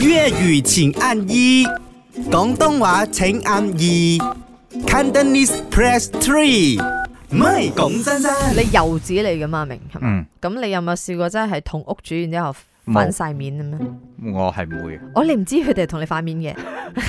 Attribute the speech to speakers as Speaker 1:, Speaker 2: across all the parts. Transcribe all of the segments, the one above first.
Speaker 1: 粤语请按一，广东话请按二，Cantonese press three。唔係講真真，
Speaker 2: 你幼稚嚟噶嘛，明係嘛？
Speaker 3: 嗯，
Speaker 2: 咁你有冇試過真係同屋主然之後反晒面咁樣？
Speaker 3: 我係唔會嘅。
Speaker 2: 我你唔知佢哋係同你反面嘅，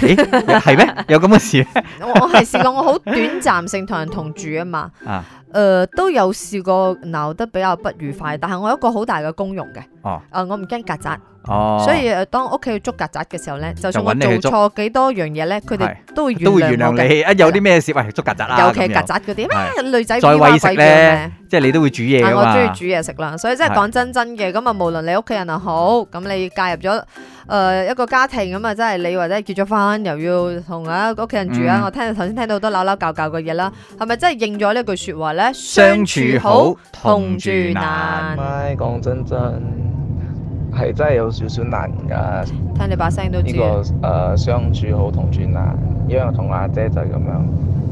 Speaker 3: 咦，係咩？有咁嘅事咩？
Speaker 2: 我我係試過我好短暫性同人同住啊嘛。
Speaker 3: 啊，
Speaker 2: 誒、都有試過鬧得比較不愉快，但係我有一個好大嘅功用嘅。
Speaker 3: 哦，
Speaker 2: 誒、我唔驚曱甴，
Speaker 3: 哦，
Speaker 2: 所以誒當屋企去捉曱甴嘅時候咧，就算我
Speaker 3: 就揾你去
Speaker 2: 做
Speaker 3: 捉
Speaker 2: 錯幾多樣嘢咧，佢哋都會原
Speaker 3: 都會原
Speaker 2: 諒我
Speaker 3: 諒
Speaker 2: 嘅。
Speaker 3: 你。一有啲咩事，喂，捉曱甴啦，
Speaker 2: 尤其係
Speaker 3: 咁樣
Speaker 2: 曱甴嗰啲，
Speaker 3: 係
Speaker 2: 咩女仔
Speaker 3: 再
Speaker 2: 邊話
Speaker 3: 餵
Speaker 2: 鬼
Speaker 3: 食
Speaker 2: 叫咩
Speaker 3: 咧？，即係你都會煮嘢
Speaker 2: 但啊
Speaker 3: 噶
Speaker 2: 我中意
Speaker 3: 嘛。
Speaker 2: 煮嘢食啦，所以真係
Speaker 3: 係
Speaker 2: 講真真嘅，咁啊，無論你屋企人又好，咁你介入咗誒、呃一個家庭咁啊，真係你或者係結咗婚又要同啊屋企人住啊，
Speaker 3: 嗯
Speaker 2: 我聽頭先聽到好多扭扭教教嘅嘢啦，係咪真係應咗呢句説話咧？
Speaker 3: 相處好，
Speaker 2: 同
Speaker 3: 同
Speaker 2: 住
Speaker 3: 住
Speaker 2: 難
Speaker 3: 難。
Speaker 4: 咪講真真，係真係有少少難㗎。
Speaker 2: 聽你把聲都
Speaker 4: 呢、
Speaker 2: 知
Speaker 4: 個
Speaker 2: 啊，
Speaker 4: 誒、呃相處好同住難，因為我同我阿姐就係咁樣，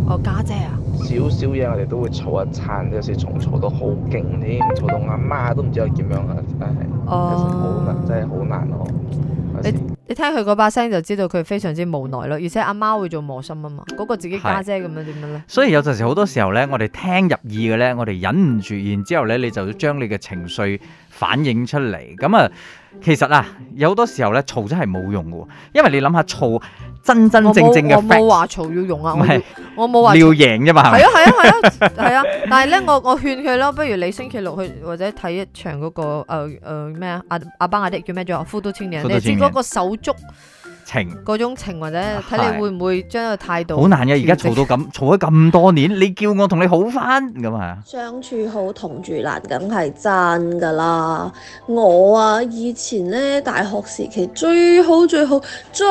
Speaker 2: 我家姐啊，
Speaker 4: 少少嘢我哋都會嘈一餐，有時仲嘈到好勁添，嘈到我阿媽都唔知我點樣啊！真係有時好
Speaker 2: 哦，
Speaker 4: 難，啊真係好難咯。有時
Speaker 2: 你聽佢嗰把聲就知道佢非常之無奈咯，而且阿媽會做磨心啊嘛，嗰、個自己家姐咁樣點樣咧？
Speaker 3: 所以有陣時好多時候呢，我哋聽入耳嘅呢，我哋忍唔住，然之後呢，你就要將你嘅情緒反映出嚟。咁啊，其實啊，有好多時候呢，嘈真係冇用嘅喎，因為你諗下嘈真真
Speaker 2: 我
Speaker 3: 正
Speaker 2: 冇
Speaker 3: 正嘅
Speaker 2: 我冇
Speaker 3: fact，
Speaker 2: 話嘈要用啊，
Speaker 3: 唔
Speaker 2: 我要
Speaker 3: 係
Speaker 2: 我冇話
Speaker 3: 你要贏啫嘛，係咪
Speaker 2: 係啊係啊係啊係啊！但係咧，我我勸佢咯，不如你星期六去或者睇一場嗰個誒誒咩啊阿阿班阿迪叫咩咗《富都青年》，
Speaker 3: 富
Speaker 2: 你
Speaker 3: 都
Speaker 2: 知
Speaker 3: 青年
Speaker 2: 嗰個手足
Speaker 3: 情。
Speaker 2: 嗰種情或者睇你
Speaker 3: 係
Speaker 2: 會唔會將個態度
Speaker 3: 好難嘅，而家
Speaker 2: 調整
Speaker 3: 嘈到咁， 嘈咗咁多年，你叫我同你好翻咁啊？
Speaker 5: 相處好同住難，梗係真噶啦！我啊，以前咧大學時期最好最好最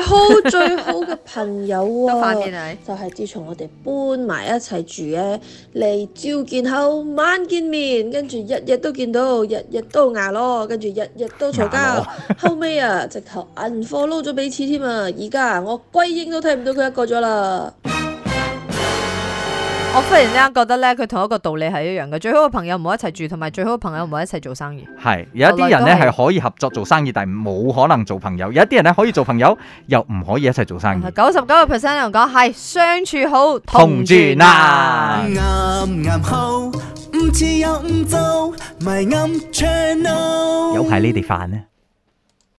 Speaker 5: 好最好嘅朋友
Speaker 2: 都
Speaker 5: 啊
Speaker 2: 反，面係
Speaker 5: 就係自從我哋搬埋一齊住咧，嚟朝見口，晚見面，跟住日日都見到，日日都牙咯，跟住日日都嘈交
Speaker 3: 牙。
Speaker 5: 後尾啊，直頭 unfollow 咗彼此添啊！而家我歸英都睇唔到佢一個咗啦。
Speaker 2: 我忽然之間覺得咧，佢同一個道理係一樣嘅，最好嘅朋友唔好一齊住，同埋最好嘅朋友唔好一齊做生意。
Speaker 3: 係有一啲人
Speaker 2: 後來
Speaker 3: 咧
Speaker 2: 都
Speaker 3: 係可以合作做生意，但係冇可能做朋友；有一啲人咧可以做朋友，又唔可以一齊做生意。
Speaker 2: 九十九個 percent 人講係相處好
Speaker 3: 同住難
Speaker 1: 啱啱好，唔似又唔做，咪啱 channel。
Speaker 3: 有排你哋煩呢？啊